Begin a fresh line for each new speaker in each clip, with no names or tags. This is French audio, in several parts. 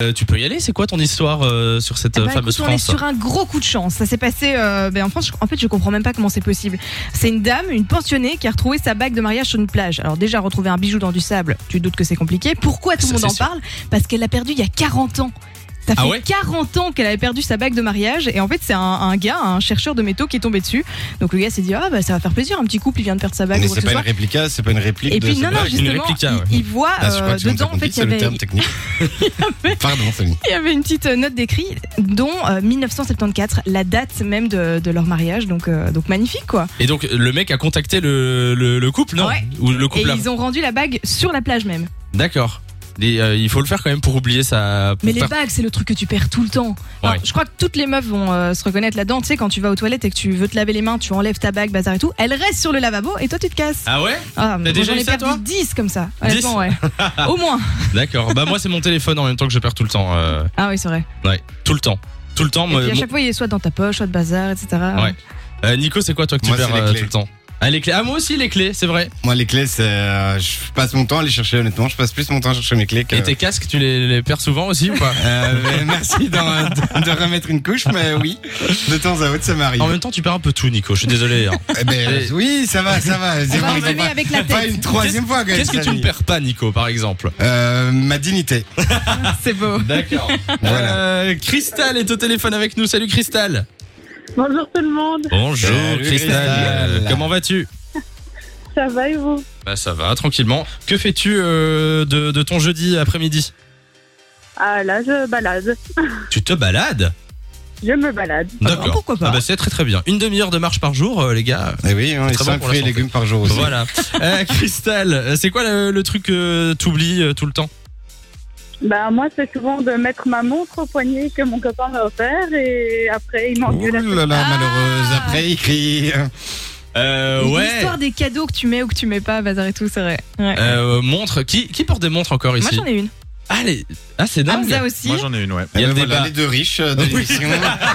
Euh, tu peux y aller, c'est quoi ton histoire euh, sur cette
Eh
euh,
ben,
fameuse
écoute,
France
On est sur un gros coup de chance. Ça s'est passé euh, ben, en France. je- En fait, je comprends même pas comment c'est possible. C'est une dame, une pensionnée, qui a retrouvé sa bague de mariage sur une plage. Alors déjà retrouver un bijou dans du sable, tu doutes que c'est compliqué. Pourquoi tout
Ça,
le monde
c'est sûr.
en parle Parce qu'elle l'a perdu il y a 40 ans. Ça fait
Ah ouais
40 ans qu'elle avait perdu sa bague de mariage et en fait c'est un, un gars, un chercheur de métaux qui est tombé dessus. Donc le gars s'est dit ah bah ça va faire plaisir un petit couple il vient de perdre sa bague.
Mais
ou quoi
c'est
que
pas
ce
une
soit.
réplica, c'est pas une réplique
Et
de
puis
cette
non non
blague.
une
justement
réplique, hein, ouais.
il, il voit
Ah, je crois
euh,
que tu me
dedans en
confondis,
fait il y
c'est le
avait
terme technique. Pardon, Fanny.
il y avait une petite euh, note d'écrit, dont euh, 1974, la date même de, de leur mariage, donc, euh, donc magnifique quoi.
Et donc le mec a contacté le, le, le couple, non
Ouais.
Ou le
Et
couple a-
ils ont rendu la bague sur la plage même.
D'accord. Et, euh, il faut le faire quand même pour oublier ça.
Mais les bagues, c'est le truc que tu perds tout le temps. Enfin,
Ouais.
Je crois que toutes les meufs vont euh, se reconnaître là-dedans. Tu sais, quand tu vas aux toilettes et que tu veux te laver les mains, tu enlèves ta bague, bazar et tout, elle reste sur le lavabo et toi tu te casses.
Ah ouais
Ah, moi,
déjà
j'en
eu
ai
ça,
perdu
toi
10 comme ça. honnêtement,
10?
ouais. Au moins.
D'accord. Bah moi c'est mon téléphone en même temps que je perds tout le temps. euh,
Ah oui, c'est vrai.
ouais, tout le temps. Tout le temps.
Et
moi-
puis à
mon-
chaque fois, ah il est soit dans ta poche, soit de bazar, etc.
Ouais. Euh, Nico, c'est quoi toi que tu
Moi,
perds
c'est les
euh,
clés.
tout le temps Ah les clés. Ah moi aussi les clés, c'est vrai.
Moi, les clés, c'est, euh, je passe mon temps à les chercher, honnêtement. Je passe plus mon temps à chercher mes clés que.
Et tes casques, tu les, les perds souvent aussi ou pas
Euh, mais merci d'en- de, de remettre une couche, mais oui, de temps à autre, ça m'arrive.
En même temps, tu perds un peu tout, Nico. Je suis désolé. hein.
Eh ben, oui, ça va, ça va.
On
C'est
va
bon, c'est
enlever
pas,
avec la
pas
tête.
une troisième fois, quand même.
Qu'est-ce que tu ne
Fanny.
perds pas, Nico, par exemple
Euh, ma dignité.
C'est beau.
D'accord.
Voilà.
Euh, Cristal est au téléphone avec nous. Salut Cristal.
Bonjour tout le monde,
Bonjour
Salut, Cristal.
Comment vas-tu
ça va et vous
Bah ça va, tranquillement. Que fais-tu euh, de, de ton jeudi après-midi
Ah là, je balade,
Tu te balades
je me balade.
Ah, pourquoi pas
Ah bah, c'est très très bien. Une demi-heure de marche par jour, euh, les gars.
Eh oui, hein,
Très
et
bon
cinq
pour la
fruits et
santé.
légumes par jour aussi.
Voilà. Euh, Cristal, euh, c'est quoi le, le truc que t'oublies euh, tout le temps
Bah moi c'est souvent de mettre ma montre au poignet que mon copain m'a offert et après il
Ouh
m'engueule. à-
là là,
Ah
malheureuse. Après, il crie.
euh, Ouais.
L'histoire des cadeaux que tu mets ou que tu mets pas, bazar et tout, c'est vrai. Ouais.
Euh, montre. Qui, qui porte des montres encore
Moi
ici
j'en ai une.
Ah, les- ah, c'est dingue.
Hamza aussi.
Moi j'en ai une, ouais.
Il y a
Eh
le
ben, voilà,
débat.
les deux riches euh, de
Oui.
l'émission.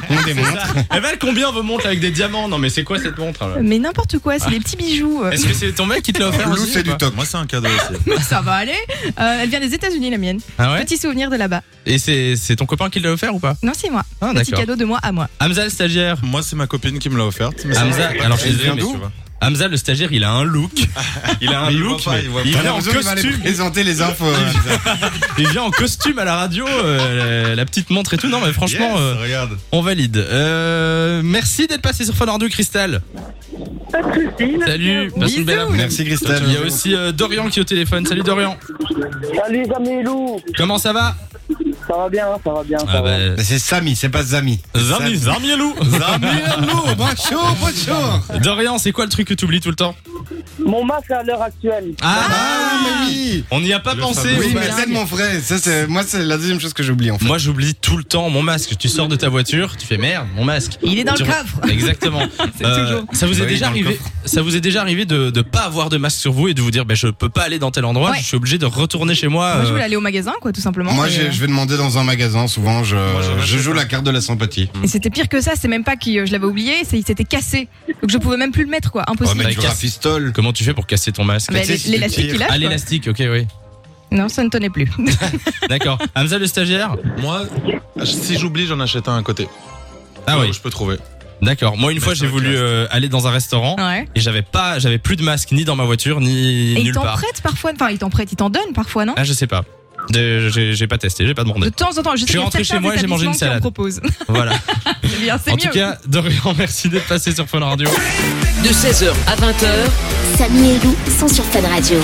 On démontre.
Elles valent Eh ben, combien vos montres avec des diamants Non mais c'est quoi cette montre alors
Mais n'importe quoi, c'est des petits bijoux.
Ah. Est-ce que c'est ton mec qui te l'a offert
Loulou,
aussi,
c'est
ou
du
pas
top.
Moi c'est un cadeau aussi.
Mais ça va aller. Euh, elle vient des États-Unis, la mienne.
Ah ouais
Petit souvenir de là-bas.
Et c'est c'est ton copain qui l'a offert ou pas
Non, c'est moi.
Ah
Petit
d'accord.
cadeau de moi à moi.
Hamza le stagiaire.
Moi c'est ma copine qui me l'a offerte. mais ça
Hamza,
me-
alors je suis
Elle vient
désolé, mais
d'où
tu vois. Hamza le stagiaire, il a un look. Il a un
Mais il
look.
voit pas,
mais
il voit
il
pas.
vient en
Malheureusement, il va aller
costume.
présenter les infos. euh,
Il vient en costume à la radio. euh, la, la petite montre et tout. Non mais franchement,
Yes,
euh,
regarde.
on valide. Euh, merci d'être passé sur Fun Hard 2 Cristal.
Pas de soucis. merci à
Salut.
vous.
Passe une belle après-midi.
Merci, Christelle.
Il y a aussi euh, Dorian qui est au téléphone. Salut Dorian.
Salut Zamilou,
Comment ça va bah,
ça va bien, ça va bien,
Ah
ça
ben.
va.
Mais C'est Samy, c'est pas Zami.
Zami, Zamielou.
Zamielou, bonjour, bonjour.
Dorian, c'est quoi le truc que t'oublies tout le temps
Mon masque à l'heure actuelle,
Ah,
Ah, mais oui.
On n'y a pas
Le
pensé.
fameux.
Oui, bah,
ou pas
mais c'est de mon frère. Ça, c'est, moi, c'est la deuxième chose que j'oublie, en fait.
Moi, j'oublie tout le temps mon masque. Tu sors de ta voiture, tu fais merde, mon masque.
Il est dans
Tu
le
re-
coffre.
Exactement. Euh,
toujours.
Ça vous est
Bah Oui,
déjà
dans le
arrivé Ça vous est déjà arrivé de ne pas avoir de masque sur vous et de vous dire, ben je peux pas aller dans tel endroit,
Ouais.
je suis obligé de retourner chez moi.
Moi, je
euh,
voulais aller au magasin, quoi, tout simplement.
Moi,
Et,
je,
euh,
je vais demander dans un magasin, souvent, je,
Moi, j'en ai
je
fait
joue la carte de la sympathie.
Et c'était pire que ça, c'est même pas que euh, je l'avais oublié, c'est il s'était cassé. Donc je pouvais même plus le mettre, quoi.
Oh,
Impossible.
mais
la
tu
casse-
rafistole.
Comment tu fais pour casser ton masque
Mais
tu sais,
l'é-
c'est
l'élastique,
pire.
il lâche.
Ah,
quoi.
l'élastique, ok, oui.
Non, ça ne tenait plus.
D'accord. Hamza, le stagiaire
Moi, si j'oublie, j'en achète un à côté.
Ah
Là
oui.
où Je peux trouver.
D'accord. Moi, une
Mais
fois,
ça
j'ai
me
voulu
casse.
euh, aller dans un restaurant
ouais.
et j'avais pas, j'avais plus de masque ni dans ma voiture ni
Et il
nulle
t'en
part.
prête parfois, enfin, il t'en prête, il t'en donne parfois, non
Ah, je sais pas. De- J'ai j'ai pas testé, j'ai pas demandé.
De temps en temps, je
suis
sais qu'il y a
rentré chez
certains
moi et j'ai mangé une
établissements qui en
salade.
proposent.
Voilà.
C'est bien, c'est
En tout
mieux.
cas, Dorian, merci d'être passé sur Fun Radio.
De 16h à 20h,
Samy et Lou sont sur Fan Radio.